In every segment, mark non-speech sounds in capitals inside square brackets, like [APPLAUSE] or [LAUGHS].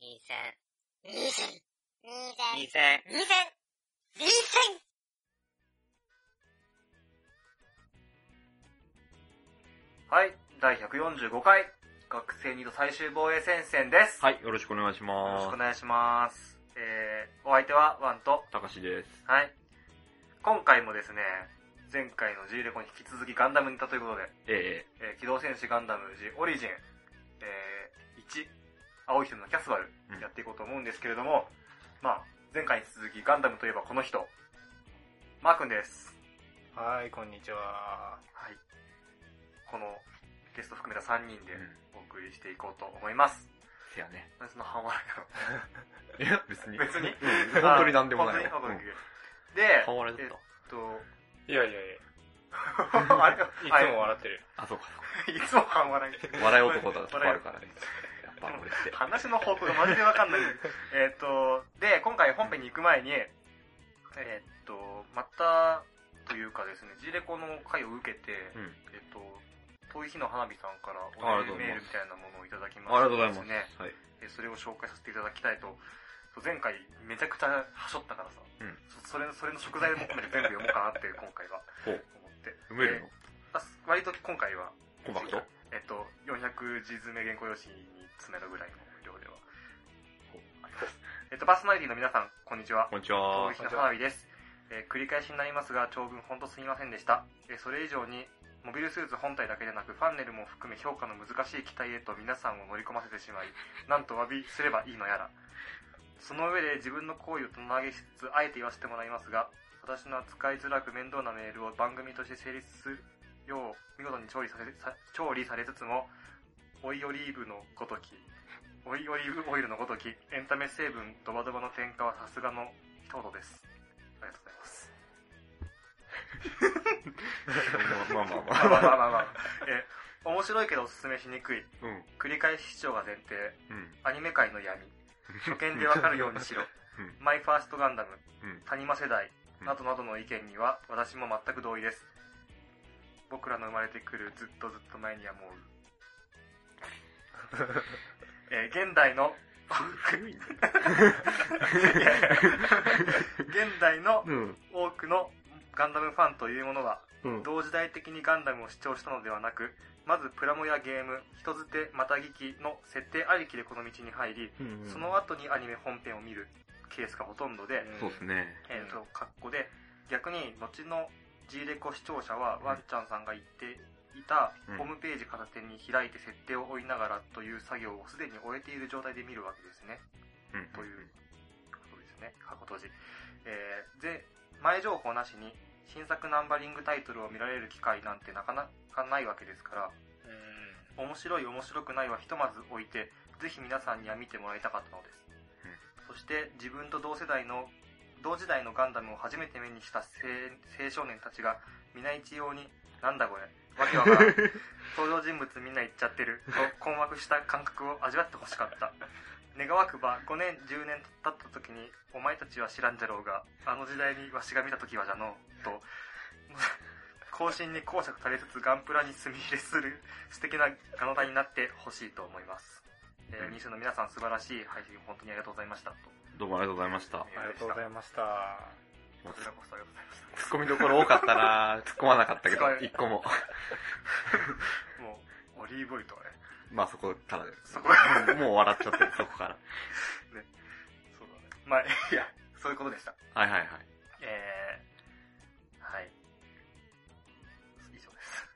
二千。二千。二千。二千。二千。二千。はい、第145回、学生二度最終防衛戦線です。はい、よろしくお願いしよろましくおす。願いします。えー、お相手はワンと、たかしです。はい。今回もですね、前回の G レコに引き続きガンダムネタということで、ええー、機動戦士ガンダム G オリジン、えー、1、青い人のキャスバルうん、やっていこうと思うんですけれども、まあ、前回に続きガンダムといえばこの人、マー君です。はい、こんにちは。はい。この、ゲスト含めた3人えでうん。お送りしていこうと思い [LAUGHS] ます。せやね。何その半笑いや、別に。いなの別にうん [LAUGHS] 本当に何でもないあよ。本当にうんあで、顔笑いだった。えっと、いやいやい [LAUGHS] あれや、いつも笑ってる。あ、そうか。 [LAUGHS] いつも半笑い。笑い男だと笑あいるからね。やっぱ俺って。話の方向がマジでわかんない。えっと、で、今回本編に行く前に、えっと、また、というかですね、ジレコの回を受けて、うん。えっと、遠い日の花火さんからあおりがとうございメまーすルみたいなものをいただきまして、ありがとうございます。ねはい。えそれを紹介させていただきたいと。そう前回めちゃくちゃはしょったからさ、うんそそれのそれの食材も含めて全部読もうかなって今回はほう。思って。埋めるのあ割と今回は、コンパクトえっと、400字詰め原稿用紙に詰めたぐらいの量ではほう。ありますえっと、パーソナリティの皆さん、こんにちは。こんにちは当。日の花火です。えー繰り返しになりますが、長文ほんとすみませんでした。えーそれ以上に、モビルスーツ本体だけでなく、ファンネルも含め評価の難しい機体へと皆さんを乗り込ませてしまい、なんと詫びすればいいのやら。その上で自分の行為を棚上げしつつ、あえて言わせてもらいますが、私の扱いづらく面倒なメールを番組として成立するよう、見事に調理され、さ調理されつつも、オイオリーブのごとき、オイオリーブオイルのごとき、エンタメ成分ドバドバの添加はさすがの一言です。ありがとうございます。まあままああ [LAUGHS] ままああままあ。あまあま [LAUGHS] あ。え、面白いけどおすすめしにくい。うん。繰り返し視聴が前提。うん。アニメ界の闇。初見でわかるようにしろ。マイファーストガンダム。うん。谷間世代。うんなどなどの意見には私も全く同意です。僕らの生まれてくるずっとずっと前には [LAUGHS] もう。えー現代の、古いねいやいや現代のうん。多くのガンダムファンというものは、うん。同時代的にガンダムを主張したのではなく、まずプラモやゲーム、人づて、また聞きの設定ありきでこの道に入り、うんその後にアニメ本編を見るケースがほとんどで、そうですね。えっ、と、カッコで、逆に後の G レコ視聴者は、ワンちゃんさんが言っていたうんホームページ片手に開いて設定を追いながらという作業をすでに終えている状態で見るわけですね。うん。ということですね、過去当時。えーで、前情報なしに新作ナンバリングタイトルを見られる機会なんてなかなかないわけですから、面白い面白くないはひとまず置いて、ぜひ皆さんには見てもらいたかったのです。そして自分と同世代の、同時代のガンダムを初めて目にした青青少年たちが、皆一様に、なんだこれ、わけわからん、登場人物みんな言っちゃってる、と困惑した感覚を味わってほしかった。願わくば5年10年経った時にお前たちは知らんじゃろうがあの時代にわしが見た時はじゃのうと後進に講釈垂れつつガンプラに墨入れする素敵なガノタになってほしいと思います、えー、2週の皆さん素晴らしい配信本当にありがとうございま [LAUGHS] したとどうもありがとうございました。ありがとうございました。こちらこそありがとうございましツッコミどころ多かったな突っ込まなかったけ突どっ込、む一個も。たもうオリーブオイルとはねまあそこからでそこからもうもう笑っちゃってる、そこから。そうだねまあいやそういうことでしたはい [LAUGHS] はいはい。えー、はい以上です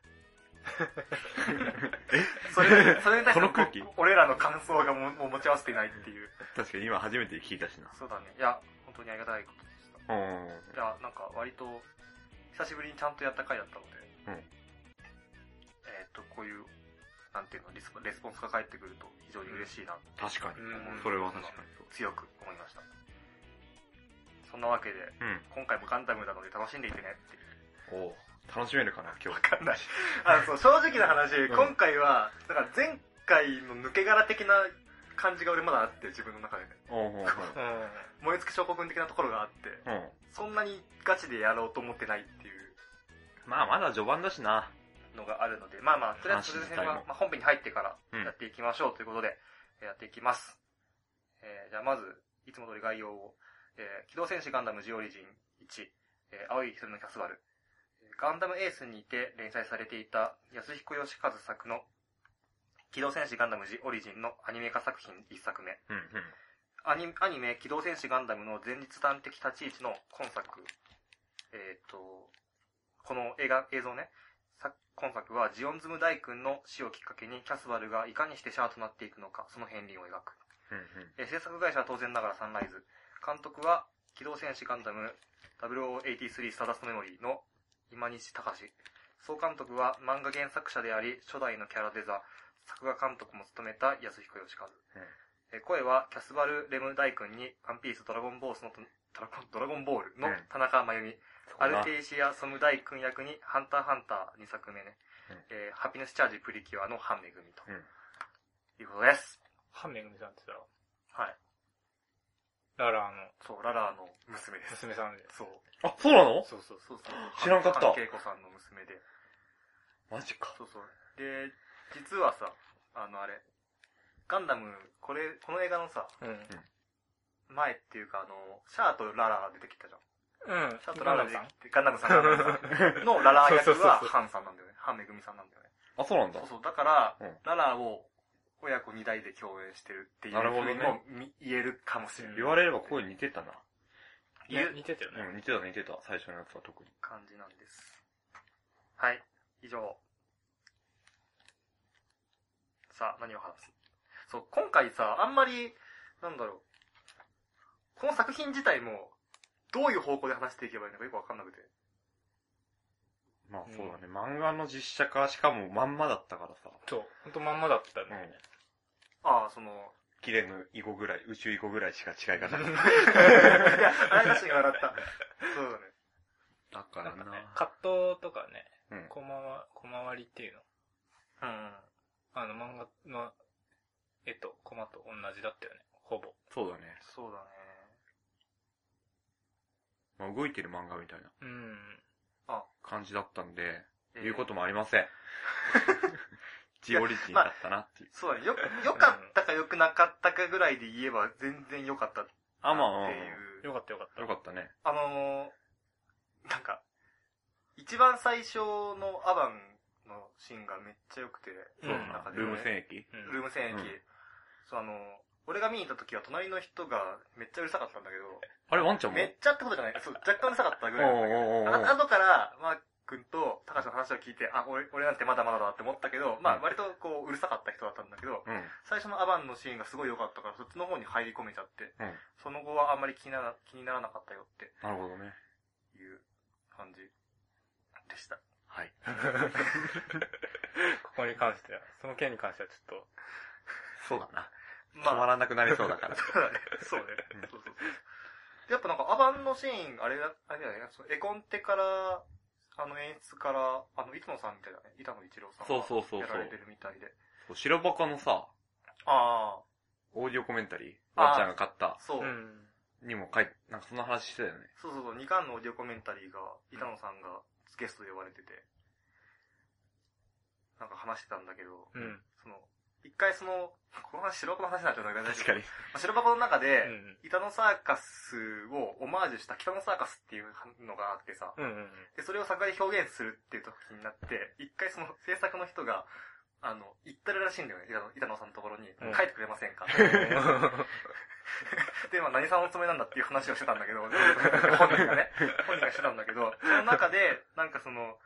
えそ [LAUGHS] れ、それに対してこの空気僕俺らの感想がももう持ち合わせていないっていう。確かに今初めて聞いたしな。そうだね。いや、本当にありがたいことでした。うん。いや、なんか割と、久しぶりにちゃんとやった回だったので、うんえっ、と、こういう、なんていうの、リスポレスポンスが返ってくると非常に嬉しいな、確かに。うんそれは確かにそう。強く思いました。そんなわけで、うん。今回もガンダムなので楽しんでいてねっていう。おう楽しめるかな、今日わ。かんない。 [LAUGHS] あそう、正直な話、うん今回は、だから前回の抜け殻的な感じが俺まだあって、自分の中でね。おうおうおううん。燃え尽き症候群的なところがあって、うん。そんなにガチでやろうと思ってないっていうまあまだ序盤だしな。のがあるので、まあまあ、とりあえずそれ辺は話自体も、まあ、本編に入ってからうんやっていきましょうということで、やっていきます。えーじゃあまず、いつも通り概要を。えー機動戦士ガンダムジオリジン1、えー青い瞳のキャスワル。えーガンダムエースにて連載されていた安彦義和作の機動戦士ガンダムジオリジンのアニメ化作品1作目。うん、うん。アニアニメ、機動戦士ガンダムの前日談的立ち位置の今作。えっ、と、この映画、映像ね。さ今作はジオンズム大君の死をきっかけにキャスバルがいかにしてシャアとなっていくのか、その片鱗を描く。うん、えー制作会社は当然ながらサンライズ。監督は、機動戦士ガンダム0083スターダストメモリーの今西隆史。総監督は漫画原作者であり、初代のキャラデザ、作画監督も務めた安彦義和。うんえー声は、キャスバル・レム大君に、ワンピース・ドラゴンボースのと、ドラゴンドラゴンボールのうん田中真由美。アルうん。テイシア・ソム大君役に、ハンターハンター2作目ね。うんえーハピネス・チャージ・プリキュアのハンメ組とそんないうことです。ハンメグミさんって言っはい。たら、ララーのそう、ララーの娘です。娘さんで。そう。うん。あ、そうなのそうそうそうそう。知らんかった半恵子さんの娘で。マジか。そうそう。で、実はさ、あのあれ、ガンダム、これ、この映画のさ、うん。うん。前っていうかあの、シャアとララが出てきたじゃん。シャアとララララーが出さんてきて、ガンダムさんガンダムさん [LAUGHS] のララ役そうそうそうはそうハンさんなんだよね。ハンめぐみさんなんだよね。あ、そうなんだそう。そう。だから、うんララを親子二代で共演してるっていうなるほどね風にもみ言えるかもしれない。言われれば声似てたな。言うね似てたよね。うん、似てた似てた。最初のやつは特に。感じなんです。はい。以上。さあ、何を話すそう、今回さ、あんまり、なんだろう。この作品自体も、どういう方向で話していけばいいのかよくわかんなくて。まあそうだね。漫画の実写化、しかもまんまだったからさ。そう。ほんとまんまだったうねん。。ああ、そ [LAUGHS] の、綺麗の囲碁ぐらい、宇宙囲碁ぐらいしか違いがなかった。いや、あれ確かに笑った。そうだね。 [LAUGHS] だかなんかね、葛藤とかね、うん。小回小回りっていうの。うん。あの漫画の絵とコマと同じだったよね。ほぼ。そうだね。そうだね。まあ、動いてる漫画みたいなうん。感じだったんで、えー言うこともありま [LAUGHS] せん。ジオリジンだったなっていう。そうだね。よ、良かったか良くなかったかぐらいで言えば、全然良かったっていう。あ、まあ、うんよかったよかっよかったね。あのー、なんか、一番最初のアバンのシーンがめっちゃ良くて、うんなんかねルーム戦役た。うんルーム戦役、うんそうあのー俺が見に行った時は隣の人がめっちゃうるさかったんだけあれ、ワンちゃど、んもめっちゃってことじゃない、そう、若干うるさかったぐおらいなんだうけど。おうおうおうあ後から、マー君と高橋の話を聞いて、あ、俺、俺なんてまだまだだって思ったけど、まあうん割とこう、うるさかった人だったんだけど、うん。最初のアバンのシーンがすごい良かったから、そっちの方に入り込めちゃって、うんその後はあんまり気になら気にならなかったよってなるほどね。いう感じでした。はい。ここに関しては、その件に関してはちょっと、そうだな。まあ。止まらなくなりそうだか [LAUGHS] らそうだね。そうね。そうそうそう。やっぱなんか、アバンのシーン、あれだ、あれだよね、その絵コンテから、あの演出から、あの、いつもさんみたいだね。板野一郎さんそうそうそうそうやられてるみたいで。そう白バカのさ、あオーディオコメンタリー、あーワンちゃんが買ったあ、、そう。うん。にも書いて、なんかそんな話してたよね。そうそうそう、2巻のオーディオコメンタリーが、板野さんがゲストで呼ばれてて、なんか話してたんだけど、うん。その、一回その、この話、白箱の話になっちゃうんだけど、確かに。まあ白箱の中で、うん。北のサーカスをオマージュした北のサーカスっていうのがあってさ、うん [LAUGHS] うんで、それを作画で表現するっていう時になって、一回その制作の人が、あの、言ってるらしいんだよね、板野板野さんのところにうん。書いてくれません [LAUGHS] か、うん。で、まあ何さんのつもりなんだっていう話をしてたんだけ [LAUGHS] ど、本人がね、本人がしてたんだけど、その中で、なんかその、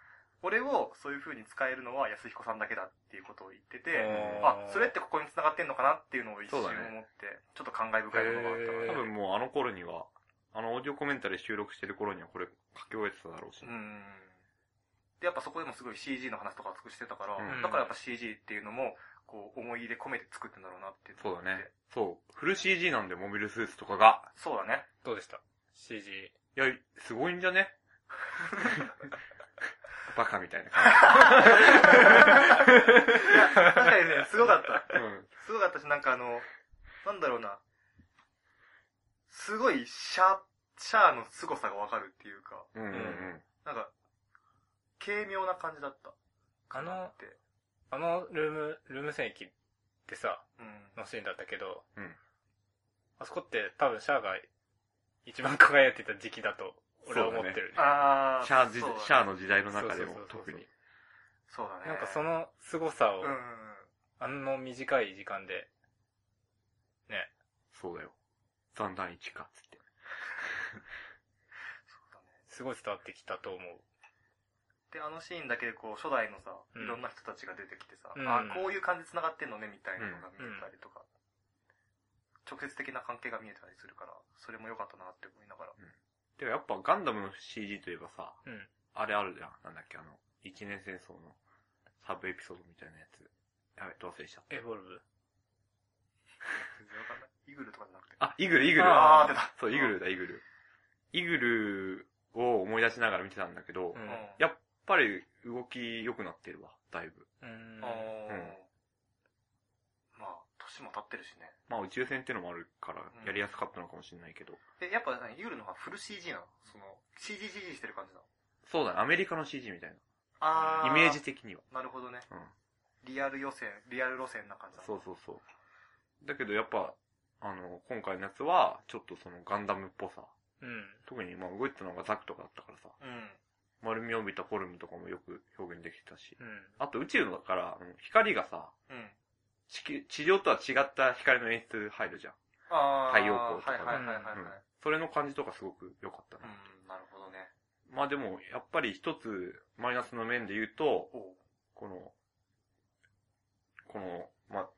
俺をそういう風に使えるのは安彦さんだけだっていうことを言ってて、うんあ、それってここに繋がってんのかなっていうのを一瞬そ思うっだて、ねちょっと感慨深いものがあったからへ多ー分もうあの頃には、あのオーディオコメンタリー収録してる頃にはこれ書き終えてただろうし、うん。で、やっぱそこでもすごい CG の話とか尽くしてたから、うんだからやっぱ CG っていうのも、こう、思い入れ込めて作ってんだろうなってそうだねで。そう。フル CG なんで、モビルスーツとかが。そうだね。どうでした ?CG。いや、すごいんじゃね [LAUGHS] バカみたいな感確かにね、すごかった。じ。うん。すごかったし、なんかあの、なんだろうな。すごい、シャー、シャーの凄さがわかるっていうか、うんうんうん。なんか、軽妙な感じだった。あのっ、て。あのルーム、ルーム戦役ってさ、うん。のシーンだったけど、うんあそこって多分シャアが一番輝いてた時期だと、俺は思ってる、あーシャア時そうだねシャアの時代の中でもそうそうそうそう特に。そうだね。なんかそ、の凄さを、うんうんうん。あの短い時間で、そうだよ。だんだん一かっつって。そうだね。すごい伝わってきたと思う。で、あのシーンだけでこう、初代のさ、うんいろんな人たちが出てきてさ、うんあこういう感じ繋がってんのね、みたいなのが見えたりとか、直接的な関係が見えたりするから、それも良かったなって思いながら。でもやっぱガンダムの CG といえばさ、うん。あれあるじゃん。なんだっけ、あの、一年戦争のサブエピソードみたいなやつ。やべ、どうせしちゃった。エボルブ。全然わかんないイグルとかじゃなくて。あ、イグル、イグル。あー出たそう、イグルだ、イグル。イグルを思い出しながら見てたんだけど、う。うんん。やっぱり動き良くなってるわ、だいぶ。うんあーうんまあ、年も経ってるしね。まあ宇宙船ってのもあるからうん、やりやすかったのかもしれないけど。え、やっぱ、イグルの方がフル CG なのその、CGCG してる感じなのそうだね、アメリカの CG みたいあな。イメージ。的には。なるほどね。うん。リアル予選、リアル路線な感じなのそうそうそう。だけどやっぱ、あの、今回のやつは、ちょっとそのガンダムっぽさ。うん。特にまあ動いてたのがザクとかだったからさ、うん。丸みを帯びたフォルムとかもよく表現できてたし。うん。あと宇宙だから、あの光がさ、うん。地球地上とは違った光の演出入るじゃん。あー太陽光とかねはいはいはいはいはい。うんそれの感じとかすごく良かったね。うん、なるほどね。まあでも、やっぱり一つマイナスの面で言うと、おうこの、この、まあ、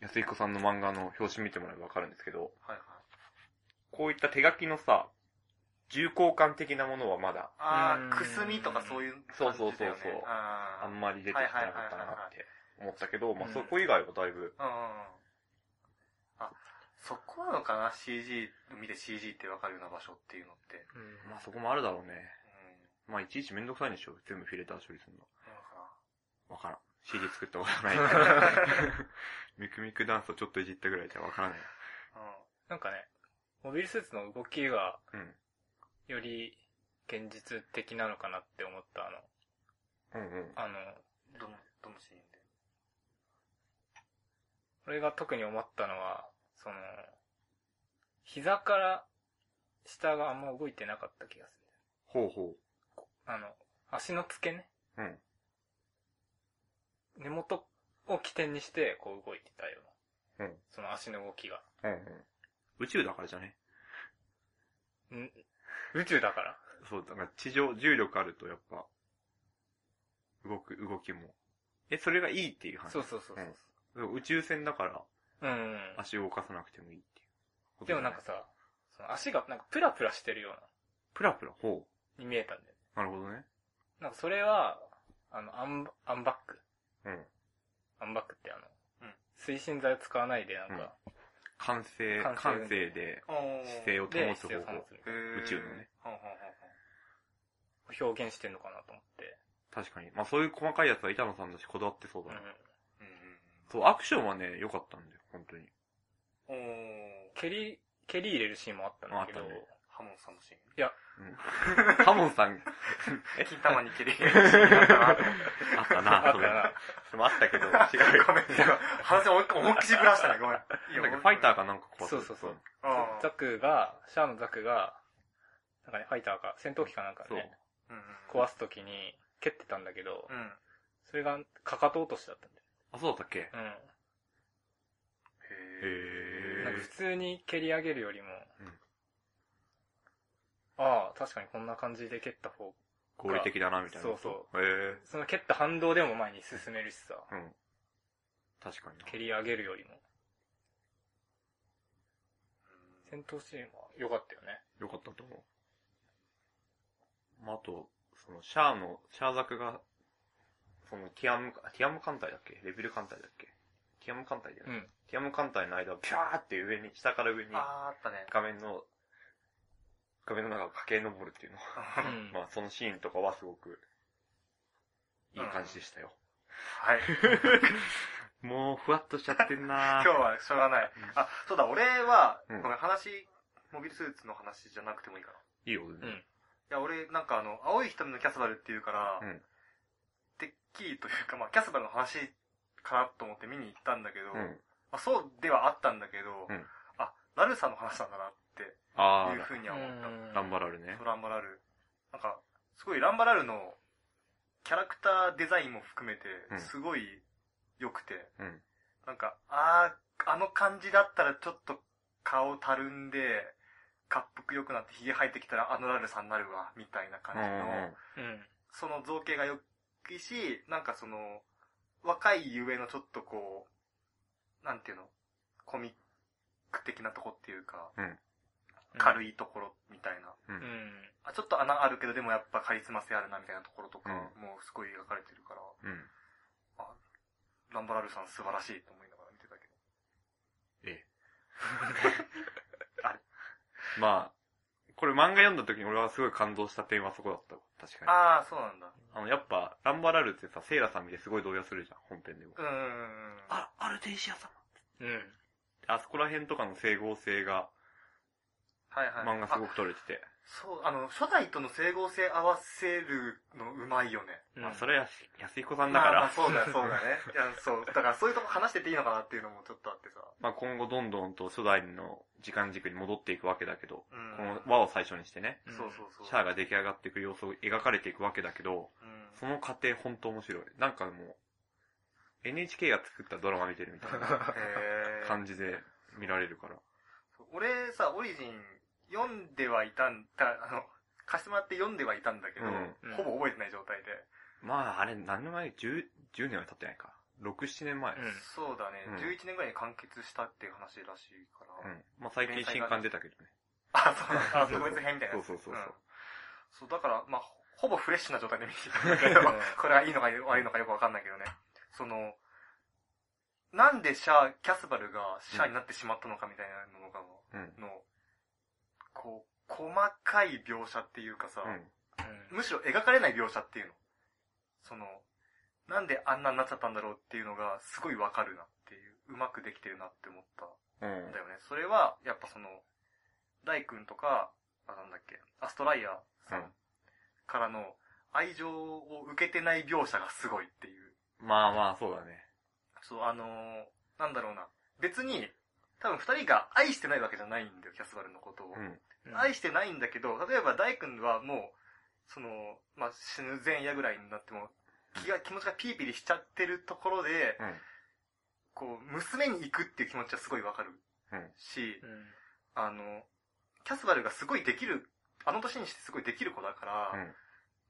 安彦さんの漫画の表紙見てもらえばわかるんですけど、はいはい。こういった手書きのさ、重厚感的なものはまだあうんあ、くすみとかそういうそう感じだそようね。そうそうああーんまり出てきてなかったなって思ったけど、まあうんそこ以外はだいぶ、うんうんうん。あ、そこなのかな ?CG、見て CG ってわかるような場所っていうのって。うんまあそこもあるだろうね。うまあいちいちめんどくさいんでしょ全部フィルター処理するん。の。なのかわからん。CD 作ったことない [LAUGHS] から。ミクミクダンスをちょっといじったぐらいじゃわからない。ななんかね、モビルスーツの動きがうん。より現実的なのかなって思った、あの、うんうん。あの、うん。どの、どのシーンで。俺が特に思ったのは、その、膝から下があんま動いてなかった気がすほうほる。あの、足の付け根う。うん。根元を起点にして、こう動いてたような。うんその足の動きが。うんうん。宇宙だからじゃねん宇宙だから。そう、だから地上、重力あるとやっぱ、動く、動きも。え、それがいいっていう話。そうそうそうそう。うん宇宙船だかうらん、うん。足を動かさなくてもいいっていうことじでゃもいなんか、さ、その足がなんかプラプラしてるよプラプラ、ほうな、に見えたんだよね。う。なるほどね。なんかそれは、あの、アン、アンバック。うん。アンバックってあの、うん推進剤を使わないで、なんか、感性、慣性感性でおー姿勢を保で、つ必要方産物みた法。い宇宇宙のね。ほんほんほんほんな表現してんのかなと思って。確かに。まあそういう細かいやつは板野さんだしこだわってそううだんな。。うんうんそう、アクションはね、良かったんだよ、本当に。おー蹴り、蹴り入れるシーンもあったんだけど、ああったねハモンさんのシーン。うん。ハモンさん、え金玉に切り入れるシーンだったなと思って。あった [LAUGHS] あな、ったそれ。な。それもあったけど、違うよ。ごめん、話思いっきり思いっきりぶらしたね、ごめん。なんかファイターか。かなんか壊すそうそうそう。あーザクが、シャアのザクが、なんかね、ファイターか、戦闘機かなんかね、うんうん壊すときに蹴ってたんだけど、うん。それがかかと落としだったんあ、そうだったっけだよ。うん。へなんか普通に蹴り上げるよりも、うんああ、確かにこんな感じで蹴った方合理的だな、みたいな。。そうそうへその蹴った反動でも前に進めるしさ、え。うん。確かにな。蹴り上げるよりも。戦闘シーンは良かったよね。よかったと思う。まあ、あと、その、シャアの、シャアザクが、その、ティアム、ティアム艦隊だっけレベル艦隊だっけティアム艦隊だよね。うん。ティアム艦隊の間をピャーって上に、下から上に、あー、あったね。画面の、画面の中を駆け上るっていうの。 [LAUGHS] うんまあ、そのシーンとかはすごく、いい感じでしたよ。はい。もう、ふわっとしちゃってんな今日はしょうがない。あ、そうだ、俺は、うんごめん、話、モビルスーツの話じゃなくてもいいかな。いいよ、う全ん然。いや、俺、なんかあの、青い瞳のキャスバルっていうから、うんてっきりというか、まあ、キャスバルの話かなと思って見に行ったんだけど、うん。まあ、そうではあったんだけど、うんあ、ラルーさんの話なんだなってあいうふうには思った。うんあ、ランバラルねそ。うランバラル。なんか、すごいランバラルのキャラクターデザインも含めてう、んすごい良くて、うん。なんか、あー、あの感じだったらちょっと顔たるんで、滑腹良くなって髭生えてきたらあのラルさんになるわ、みたいな感じの、うん。その造形が良きし、なんかその、若いゆえのちょっとこう、なんていうの、コミック的なとこっていうか、軽い。いところみたいな。うん。う。うんん。あちょっと穴あるけど、でもやっぱカリスマ性あるなみたいなところとか、うんもうすごい描かれてるから、うん。ランバラルさん素晴らしいと思いながら見てたけど。え [LAUGHS] え。まあ、これ漫画読んだ時に俺はすごい感動した点はそこだったわ確かに。あああ、そうなんだ。の、やっぱ、ランバラルってさ、セイラさん見てすごい動揺するじゃん、本編でも。うんうんうん。あ、アルテイシア様。うん。あそこら辺とかの整合性が、はいはい。漫画すごあく取れてて。そう、あの、初代との整合性合わせるのうまいよね。うんまあ、それは安彦さんだまかあまあら、そうだよ、そうだね。いや、そう。だからそういうとこ話してていいのかなっていうのもちょっとあってさ。まあ今後どんどんと初代の時間軸に戻っていくわけだけど、うんこの輪を最初にしてね、うんそうそうそう。シャアが出来上がっていく様子を描かれていくわけだけど、うん。その過程ほんと面白い。なんかもう、NHK が作ったドラマ見てるみた [LAUGHS] いなへー感じで見られるから。俺さ、オリジン読んではいたん、だあの、貸してもらって読んではいたんだけど、うんほぼ覚えてない状態で。まああれ何年前 ?10、10年は経ってないか。6、7年前。ううんん。そうだね、うん11年ぐらいに完結したっていう話らしいから。まあ最近新刊出たけどね。あ、そうなんだ。あ、そうそう特別編みたいなやつ。そうそうそうそうんそうだから、まあ、ほぼフレッシュな状態で見てたんだ [LAUGHS] けど、 [LAUGHS] これはいいのか悪いのかよくわかんないけどね。その、なんでシャア、キャスバルがシャアになってしまったのかみたいなのがも、うん。の、こう、細かい描写っていうかさ、うん。むしろ描かれない描写っていうの。その、なんであんなになっちゃったんだろうっていうのがすごいわかるなっていう、うまくできてるなって思った。うん。だよね。それは、やっぱその、大君とか、あ、なんだっけ、アストライアさうんんからの愛情を受けてない描写がすごいっていう。まあまあ、そうだね。そう、あのーなんだろうな。別に、多分二人が愛してないわけじゃないんだよ、キャスバルのことを。うん。愛してないんだけど、例えば大君はもう、その、まあ、死ぬ前夜ぐらいになっても、気が、気持ちがピリピリしちゃってるところで、うん。こう、娘に行くっていう気持ちはすごいわかるうんし、うん。あの、キャスバルがすごいできる、あの年にしてすごいできる子だから、うん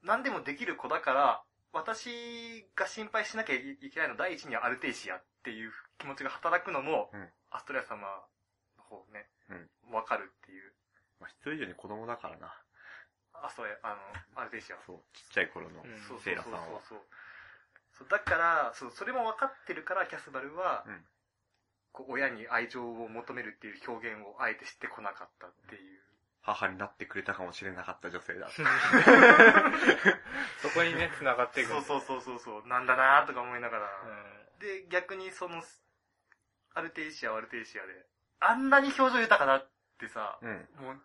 何でもできる子だから、私が心配しなきゃいけないの第一にはアルテイシアっていう気持ちが働くのも、うんアストレア様の方ね、わ、かるっていう。まあ、必要以上に子供だからな。あ、そうや、あの、アルテイシア。そう。ちっちゃい頃のうんそうセイラさんは。そうそうそうそうだからそう、それも分かってるから、キャスバルは、うんこう親に愛情を求めるっていう表現をあえてしてこなかったっていう。 [LAUGHS] 母になってくれたかもしれなかった女 [LAUGHS] 性だ。そこにね、繋がっていく。そうそうそうそうそう、なんだなーとか思いながら。うん。で、逆にその、アルテイシアはアルテイシアで、あんなに表情豊かだってさ、うん。もう、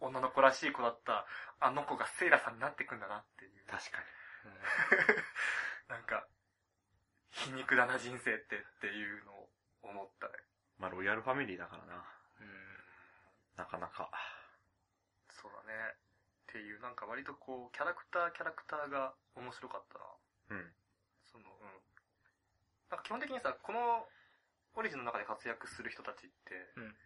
女の子らしい子だった、あの子がセイラさんになってくんだなっていう。確か [LAUGHS] なんか、皮肉だな人生ってっていうのを思ったね。に。まあ、ロイヤルファミリーだからな。うなかなか。そうだね。っていう、なんか割とこう、キャラクター、キャラクターが面白かったな。うん。その、うん。なんか基本的にさ、この、オリジンの中で活躍する人たちって、うん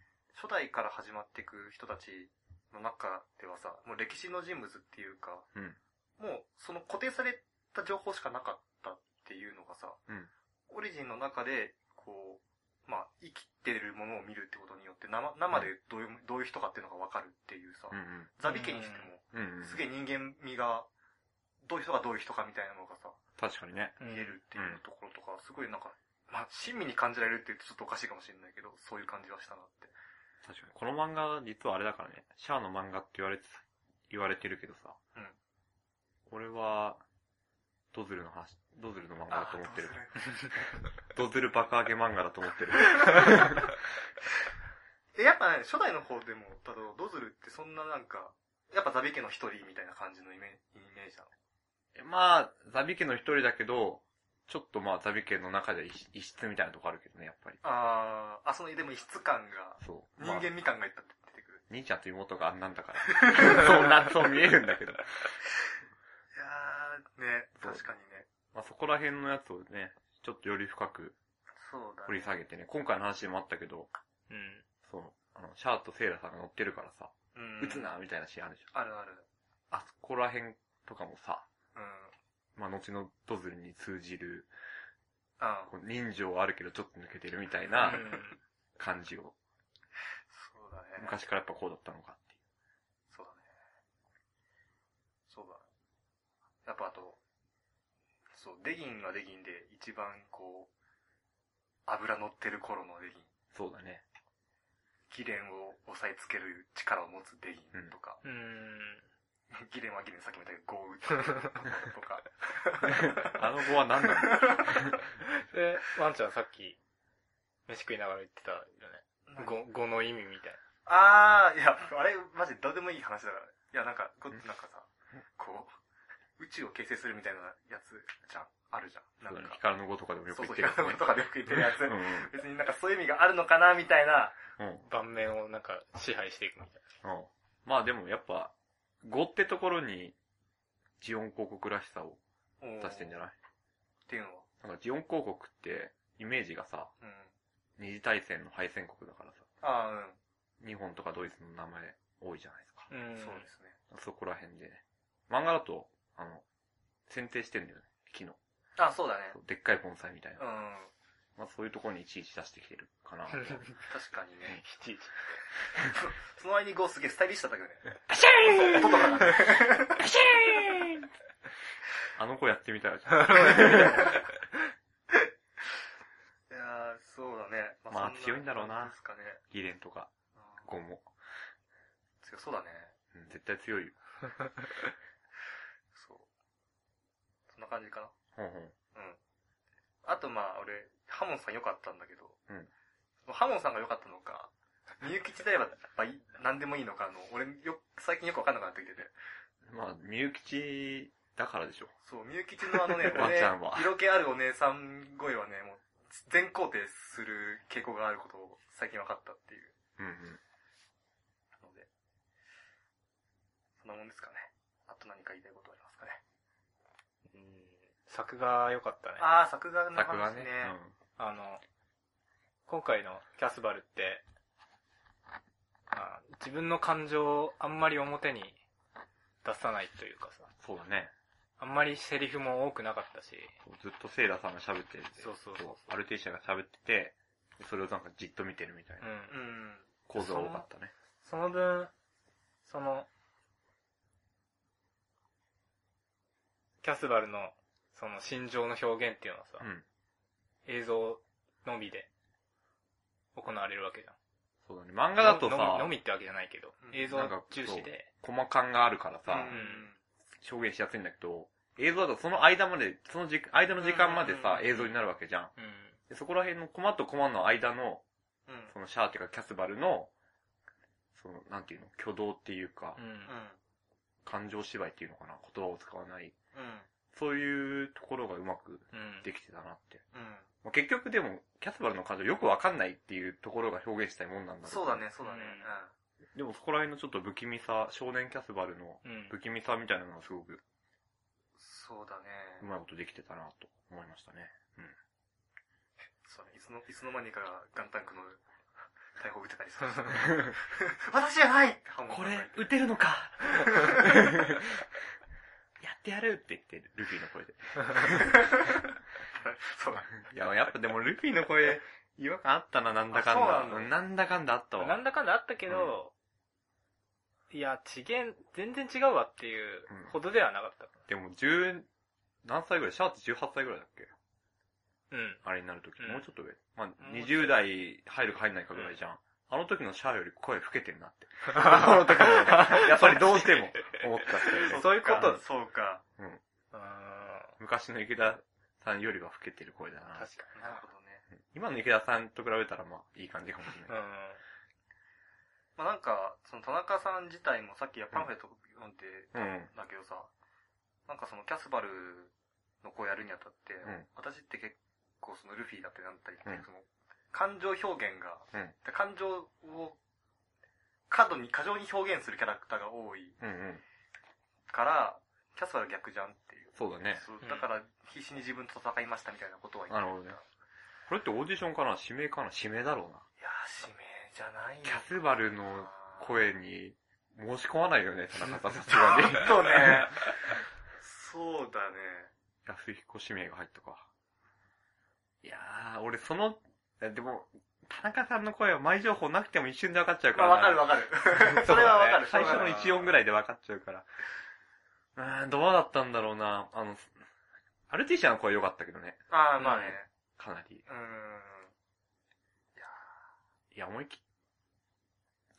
初代から始まっていく人たちの中ではさ、もう歴史の人物っていうか、うんもうその固定された情報しかなかったっていうのがさ、うんオリジンの中で、こう、まあ、生きてるものを見るってことによって、生生でどういう、どういう人かっていうのがわかるっていうさ、うんザビ家にしても、うん。うん、うん。すげえ人間味が、どういう人がどういう人かみたいなのがさ、確かにね。ん。見えるっていうところとか、すごいなんか、まあ、親身に感じられるって言うとちょっとおかしいかもしれないけど、そういう感じはしたなって。確かに。この漫画、実はあれだからね、シャアの漫画って言われて、言われてるけどさ。うん俺は、ドズルの話、ドズルの漫画だと思ってるあ。ーどうドズル爆上げ漫画だと思ってる。するえ、やっぱね、初代の方でも、ただ、ドズルってそんななんか、やっぱザビ家の一人みたいな感じのイメイメージなの。まあ、ザビ家の一人だけど、ちょっとまあ、ザビ家の中で異異質みたいなとこあるけどね、やっぱり。あー、あ、その、でも異質感が、そう。人まあ間味感がいっぱい出て [LAUGHS] くる。兄ちゃんと妹があんなんだから。そんな、そう見えるんだけど。いやー、ね、そう確かにね。まあ、そこら辺のやつをね、ちょっとより深くそうだ掘りね。下げてね、今回の話でもあったけど、うん。その、あの、シャアとセイラさんが乗ってるからさ、うん撃つなみたいなシーンあるじあるある。ゃん。あそこら辺とかもさ、うん。まあ、後のドズルに通じる、あーこう人情はあるけどちょっと抜けてるみたいなうん感じを、そうだね。昔からやっぱこうだったのかっていう。そうだね。そうだ。やっぱあと、そう、デギンがデギンで一番こう、油乗ってる頃のデギン。そうだね。ギレンを押さえつける力を持つデギンとか、うん。ギレンはギレンさっきも言ったけど、ゴー打つと [LAUGHS] か、あの子は何なので、ワンちゃんさっき、飯食いながら言ってたよね。ゴー語語の意味みたいあー、いや、あれ、マジどうでもいい話だから。いや、なんか、こなんかさ、こう、宇宙を形成するみたいなやつじゃん、あるじゃん。そなう [LAUGHS] だんねか、光の語とかでもよくそう言そっう、てる光やつね、の子とかでよく言ってるやつう。ん別になんかそういう意味があるのかなみたいな。うん。うんな。盤面をなんか支配していくみたいうん。まあでもやっぱ、語ってところに、ジオン広告らしさを出してんじゃいないっていうのは。なんかジオン広告って、イメージがさ、うん。二次大戦の敗戦国だからさ、あ日本とかドイツの名前多いじゃないですか。な。あ、う。うんそううんですね。そこら辺でね。漫画だと、あの、剪定してんだよね、木の。あ、そうだね。そうでっかい盆栽みたいなう。ん。まあそういうところにいちいち出してきてるかな。確かに [LAUGHS] いね。ち [LAUGHS] いち。その間にゴーすげえスタイリッシュだったけど [LAUGHS] ね。パシャーン音とかがね。[LAUGHS] パシャーンあの子やってみたら、まいやーそうだね。まあそ強いんだろう感じなですかね。ギレンとか、うんゴンも。強そうだね。うん、絶対強いよ。そう。そんな感じかな。ほんほん。うん。あとまあ、俺、ハモンさん良かったんだけど、うんハモンさんが良かったのか、みゆき自体はやっぱい何でもいいのか、あの、俺よ、最近よくわかんなくなってきてて。まあ、みゆきちだからでしょ。そう、みゆきちのあのね、お [LAUGHS] ワン姉ちゃんは色気あるお姉さん声はね、もう、全肯定する傾向があることを最近分かったっていううんうん。ので、そんなもんですかね。あと何か言いたいことありますかね。うん作画良かったね。あー、作画の作画話ねね。。あの、今回のキャスバルって、あ自分の感情をあんまり表に出さないというかさ、うん。そうだね。あんまりセリフも多くなかったし、そうずっとセイラさんが喋ってて、そうそうそう。アルテイシャが喋ってて、でそれをなんかじっと見てるみたいうなんうん。構図が多かったね。その分、その、キャスバルの、その心情の表現っていうのはさ、うん。映像のみで行われるわけじゃん。そうだね。漫画だとのみさの、みってわけじゃないけど、うん映像なんか重視で、細感があるからさ、表現しやすいんだけど、映像だとその間まで、そのじ間の時間までさ、うん映像になるわけじゃん。うん。でそこら辺のコマとコマの間の、うん。うん。そのシャーっていうかキャスバルの、その、なんていうの、挙動っていうか、うん。感情芝居っていうのかな、言葉を使わない。うん。うん。そういうところがうまくうん。できてたなって。うん。まあ、結局でも、キャスバルの感情よくわかんないっていうところが表現したいもんなんだろそうだね、そうだね。でもそこら辺のちょっと不気味さ、少年キャスバルのうん不気味さみたいなのがすごくうん。そうだうね。まいことできてたなと思いましたね。そうだねいつの、いつの間にかガンタ [LAUGHS] ンクの大砲撃てたり [LAUGHS] する。私じゃないってハモンさんが言って撃てるのかやってやるって言ってる、ルフィの声で。 [LAUGHS] [LAUGHS] そうだね。いや、やっぱでもルフィの声、違和感あったな、なんだかんあそだ。うなんだうんなんだかんだあった [LAUGHS] わ。なんだかんだあったけど、いや、ちげん、全然違うわっていううんほどではなかっでも、十、何歳ぐらいシャーって18歳ぐらいだっけた。うん。あれになるとき、うんもうちょっと上。まあ、もうちょ20代入るか入んないかぐらいじゃん。あの時のシャアより声老けてんなって。 [LAUGHS] あの時の [LAUGHS] やっぱりどうしても思ったっていうね。そういうことんそうか。 [LAUGHS] うーん。昔の池田さんよりは老けてる声だな。確かなるほどね。今の池田さんと比べたらまあいい感じかもしれに。うない。ん。まあなんか、その田中さん自体もさっきパンフレット読んでうん。たんだけどさ、なんかそのキャスバルの子をやるにあたって、ん私って結構そのルフィだってなったりって、うんその感情表現が、うん感情を過度に、過剰に表現するキャラクターが多いうんうん。から、キャスバル逆じゃんっていう。そうだね。そううんだから、必死に自分と戦いましたみたいなことは言ってなるほどねこれってオーディションかな指名かな指名だろうな。いやー、指名じゃないキャスバルの声に申し込まないよね、田中さん。さすちがょにっ。とね。そうだね。安彦指名が入ったか。いやー、俺その、えでも、田中さんの声は前情報なくても一瞬で分かっちゃうかまあら。わかるわかる。 [LAUGHS] それはわかる。最初の1音ぐらい。いで分かっちゃうから。うーん、どうだったんだろうな。あの、アルティシャの声良かったけどね。ああ、まあね。かなり。うーん。いや、思い切っ、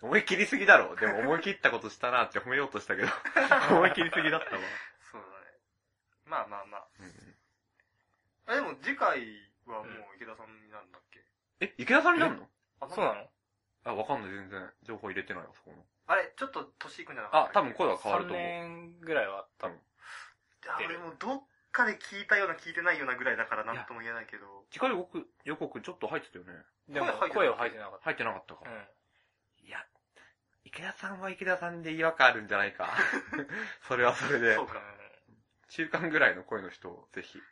思い切りすぎだろ。でも思い切ったことしたなって褒めようとしたけ [LAUGHS] ど、思い切りすぎだったわ。そうだね。まあまあまあ。うんうんあでも次回はもう池田さんになるんだっけ、え、池田さんになるのあそうなのあ、わかんない、全然。情報入れてないわ、そこの。あれ、ちょっと年いくんじゃなかあっ、た多っけ分声は変わる ?3 と思う。年ぐらいはあった。あ俺もうどっかで聞いたような聞いてないようなぐらいだからなんとも言えないけど。次回予告、予告ちょっと入ってたよね。でも声入ってなかった声は入ってなかっ入ってなかったかた。。いや、池田さんは池田さんで違和感あるんじゃない [LAUGHS] か。それはそれでそ。ううか。ん。中間ぐらいの声の人をぜひ。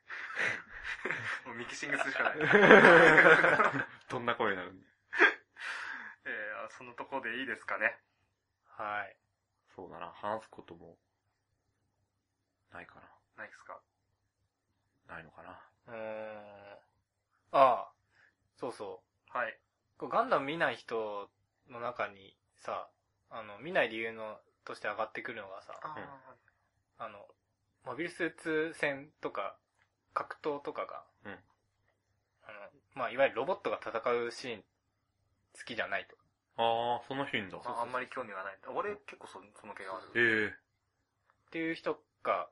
もうミキシングするしか [LAUGHS] ない。えどんな声になるんだー、そのとこでいいですかね。はい。そうだな、話すことも、ないかないですかな。ないのかな。うーん。ああ、そうそう。はい。こうガンダム見ない人の中にさ、あの、見ない理由の、として上がってくるのがさ、あーうんあの、モビルスーツ戦とか、格闘とかが、うんあの、まあ、いわゆるロボットが戦うシーン、好きじゃないと。あー、その日にだ。まあ、あんまり興味がない。俺結構そその気があええる。っていう人が、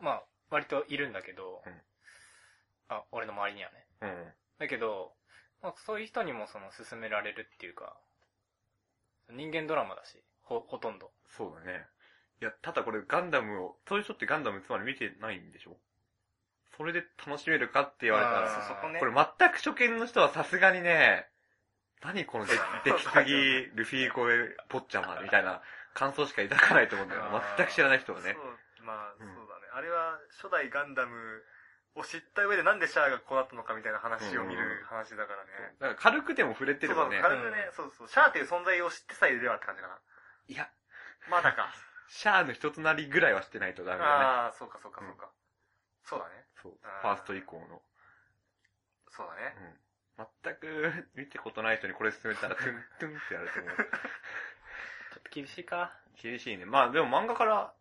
まあ、割といるんだけど、うんあ、俺の周りにはね。うん。だけど、まあ、そういう人にもその、勧められるっていうか、人間ドラマだし、ほ、ほとんど。そうだね。いや、ただこれガンダムを、そういう人ってガンダムつまり見てないんでしょそれで楽しめるかって言われたあらー、そうそこね。これ全く初見の人はさすがにね、何こ [LAUGHS] の出出来すぎ、ルフィ声、ポッチャマみたいな感想しか抱かないと思うんだよあ。ー全く知らない人はね。そう、まあ、うそんうだね。あれは、初代ガンダムを知った上でなんでシャアがこうなったのかみたいな話を見る話だからね。だから軽くでも触れてそうれそばう、ね。軽くね、そうそう、シャアっていう存在を知ってさえいればって感じかな。いや、まだか。シャアの人となりぐらいはしてないとダメだね。ああ、そうかそうかそうか。そうだね。そう。あフーァースト以降の。そうだね。うん。全く見てことない人にこれ勧めたら、トゥントゥンってやると思う。ちょっと厳しいか。厳しいね。まあでも漫画から、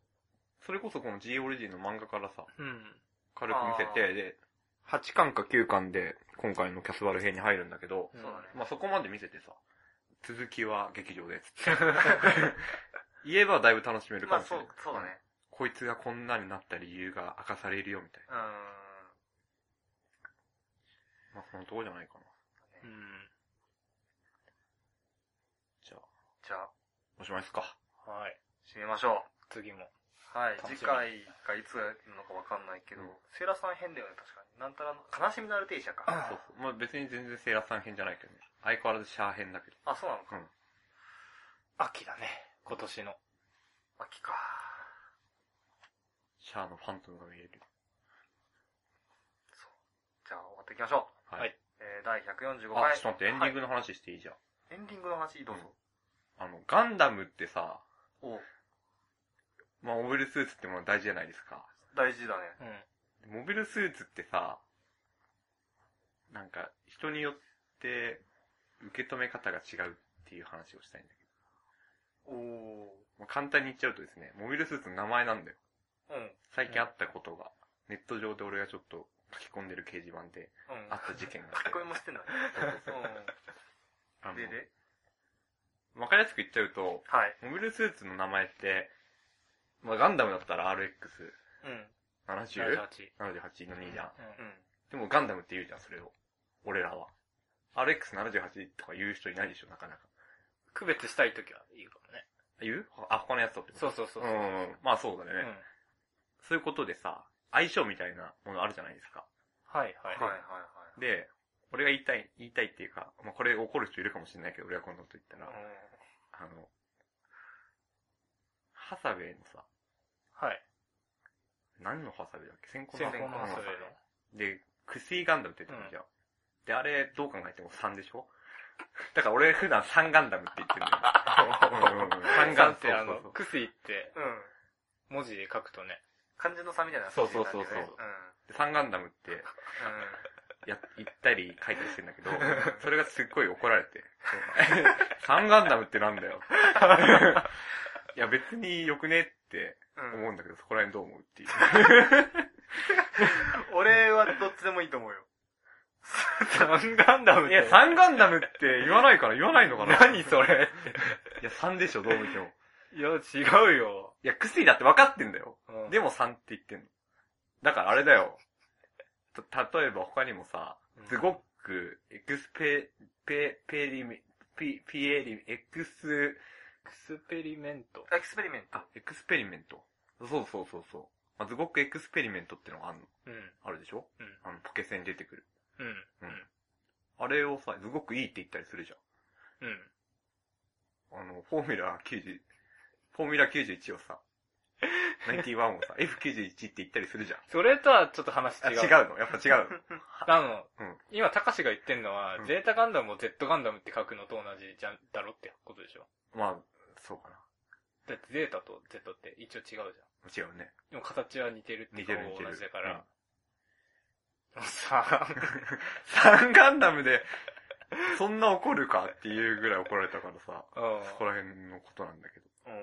それこそこの G オリジンの漫画からさ、うん。軽く見せて、で、8巻か9巻で今回のキャスバル編に入るんだけど、そうだね。まあ、そこまで見せてさ、続きは劇場です。言えばだいぶ楽しめるまかあ、もしそれうない。、そうだね。こいつがこんなになった理由が明かされるよみたいうーん。な。まあ、そのとこじゃないかな。うん。じゃあ、じゃあ、おしまいですか。はい。締めましょ次も。う。はい。楽しみ次回がいつやるのかわかんないけどうん、セイラさん編だよね、確かに。なんたらの、悲しみのアルテイシャか。そうそう。まあ、別に全然セーラさん編じゃないけどね。相変わらずシャア編だけど。あ、そうなのか。秋だね。今年の。秋か。シャアのファントムが見える。じゃあ、終わっていきましょう。ははい。いえー、第145あ回。、ちょっと待って、エンディングはいの話していいじゃん。エンディングの話、どうぞ。あの、ガンダムってさ、おうまあ、モビルスーツってもの大事じゃないですか。大事だね。うん。モビルスーツってさ、なんか、人によって、受け止め方が違うっていう話をしたいんだけおお。ど。まあ簡単に言っちゃうとですね、モビルスーツの名前なんだよ。うん。最近あったことが、ネット上で俺がちょっと書き込んでる掲示板でうん。あった事件があっ書てき込みもしてんだね。あうん。のででわかりやすく言っちゃうと、はい。モビルスーツの名前って、まあ、ガンダムだったら RX78 うん。 78。の2じゃん。うん。でもガンダムって言うじゃん、それを。俺らは。RX78 とか言う人いないでしょ、なかなか。区別したいときは言うかもね。言うあ、他のやつとってことそうそうそう。うん。まあそうだね。うん。そういうことでさ、相性みたいなものあるじゃないですか。はいはい。はいはいはい。で、俺が言いたい、言いたいっていうか、まあ、これ怒る人いるかもしれないけど、俺がこんなこと言ったら、うんあの、ハサウェイのさ、はい。何のハサウェイだっけ先行の先行ハサウのハサウェイェイで、クスイガンダムって言ってたじゃん。で、あれ、どう考えても3でしょ [LAUGHS] だから俺普段3ガンダムって言ってるんだよ。うんうんうんの。三ガ眼ンってあそうのそうそ、うクスイってうん。文字で書くとね。漢字の差みたいなそうそうそうそう感じでねで3ガンダムってや、言ったり書いたりしてんだけど、それがすっごい怒られて、3ガンダムってなんだよ。いや別によくねってうん。うん。思うんだけど、そこら辺どう思うっていう。 [LAUGHS] 俺はどっちでもいいと [LAUGHS] 思うよ。サンガンダムっいて。や、3ガンダムって言わないから言わないのかな何いそれや、3でしょ、どう見ても。いや、違うよ。いや、クスイだって分かってんだよ。うんでも3って言ってんの。だからあれだよ。た、例えば他にもさ、ズゴック、エクスペ、ペ、ペリメ、ピ、ピエリ、エクス、エクスペリメント。エクスペリメント。あ、エクスペリメント。そうそうそうそう。まあ、ズゴックエクスペリメントってのがあるのうん。あるでしょうん。あの、ポケセンに出てくる。うん。あれをさ、ズゴックいいって言ったりするじうん。ゃん。あの、フォーミュラ90、フォーミュラ91をさ、91をさ、F91 って言ったりするじゃん。それとはちょっと話あ違う。違うのやっぱ違うのあの、うん今、たかしが言ってんのは、うんゼータガンダムを Z ガンダムって書くのと同じじゃん、だろってことでしょ。 [LAUGHS] まあ、そうかな。だってゼータと Z って一応違うじゃん。違うね。でも形は似てるって似てる似て顔る。同じだから。さあ、サンガンダムで、そんな怒るかっていうぐらい怒られたからさ、うんそこら辺のことなんだけど。うん。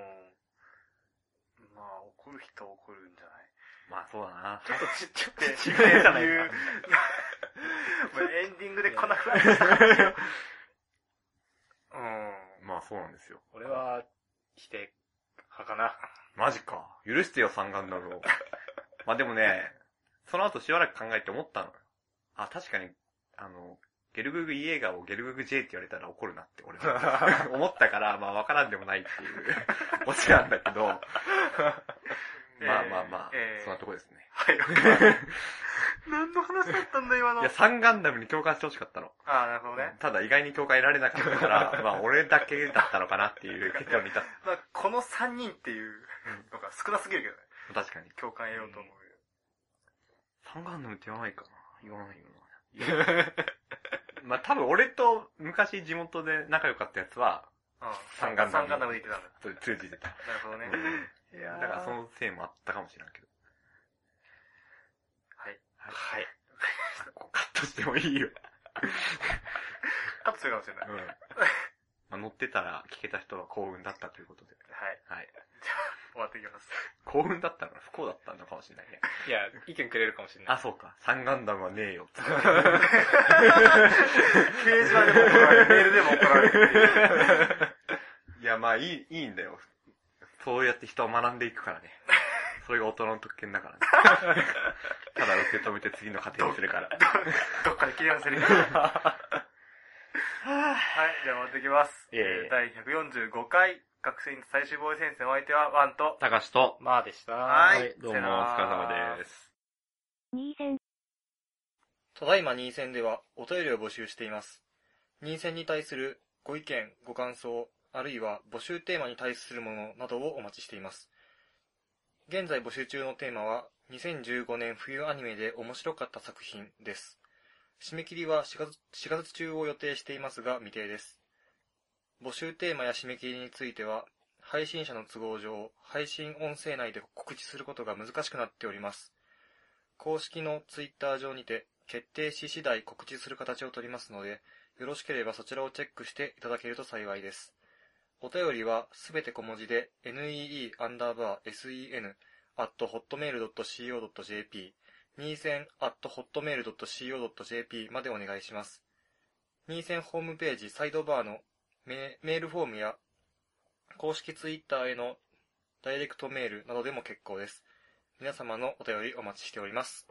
まあ、怒る人は怒るんじゃないまあそうだな。ちょっとちっち違ゃくて、うじゃないかいうこれエンディングでこんなくらいした感じようん。まあそうなんですよ。俺は、否定派かな。マジか。許してよ、サンガンダムを。まあでもね、その後しばらく考えて思ったのよ。あ、確かに、あの、ゲルググイエーガーをゲルググ J って言われたら怒るなって俺は [LAUGHS] 思ったから、まあわからんでもないって [LAUGHS] いう、オチなんだけど、まあまあまあ、えーそんなとこですね。 [LAUGHS] はい。何の話だったんだ、今の。いや、サンガンダムに共感してほしかったの。ああ、なるほどね。ただ意外に共感得られなかった [LAUGHS] から、まあ俺だけだったのかなっていう結論に至っまあ、この3人っていうのが少なすぎるけどね。た。確かに。共感得ようと思うよ。サンガンダムって言わないかな言わないよな。まあ多分俺と昔地元で仲良かったやつは、うん。三ガンダム三ガンダムで言ってたんそれ通じてた。だ。なるほどね。いだやからそのせいもあったかもしれんけど。はい。はい。カットしてもいいよ。カットするかもしれない。うん。まあ乗ってたら聞けた人は幸運だったということで。はい。はい。終わっていきます。幸運だったのか不幸だったのかもしれないね。いや、意見くれるかもしれない。あ、そうか。サンガンダムはねえよ。 [LAUGHS] 掲示板でも怒られる、メールでも怒られるっていう。いや、まあ、いい、いいんだよ。そうやって人は学んでいくからね。それが大人の特権だからね。ただ受け止めて次の過程にするから。どっかで切り離せる。はい、 [LAUGHS] じゃあ終わっていきます。いえいえ第145回、学生院最終防衛戦線お相手はワンと、高しと、まあでした。はいどうもお疲れ様です。ただいま任選ではお便りを募集しています。任選に対するご意見、ご感想、あるいは募集テーマに対するものなどをお待ちしています。現在募集中のテーマは、2015年冬アニメで面白かった作品です。締め切りは4月 ,4 月中を予定していますが未定です。募集テーマや締め切りについては、配信者の都合上、配信音声内で告知することが難しくなっております。公式のツイッター上にて、決定し次第告知する形をとりますので、よろしければそちらをチェックしていただけると幸いです。お便りはすべて小文字で nee アンダーバー sen at hotmail.co.jp 2000 at hotmail.co.jp までお願いします。2000ホームページサイドバーのメメールフォームや公式ツイッターへのダイレクトメールなどでも結構です。皆様のお便りお待ちしております。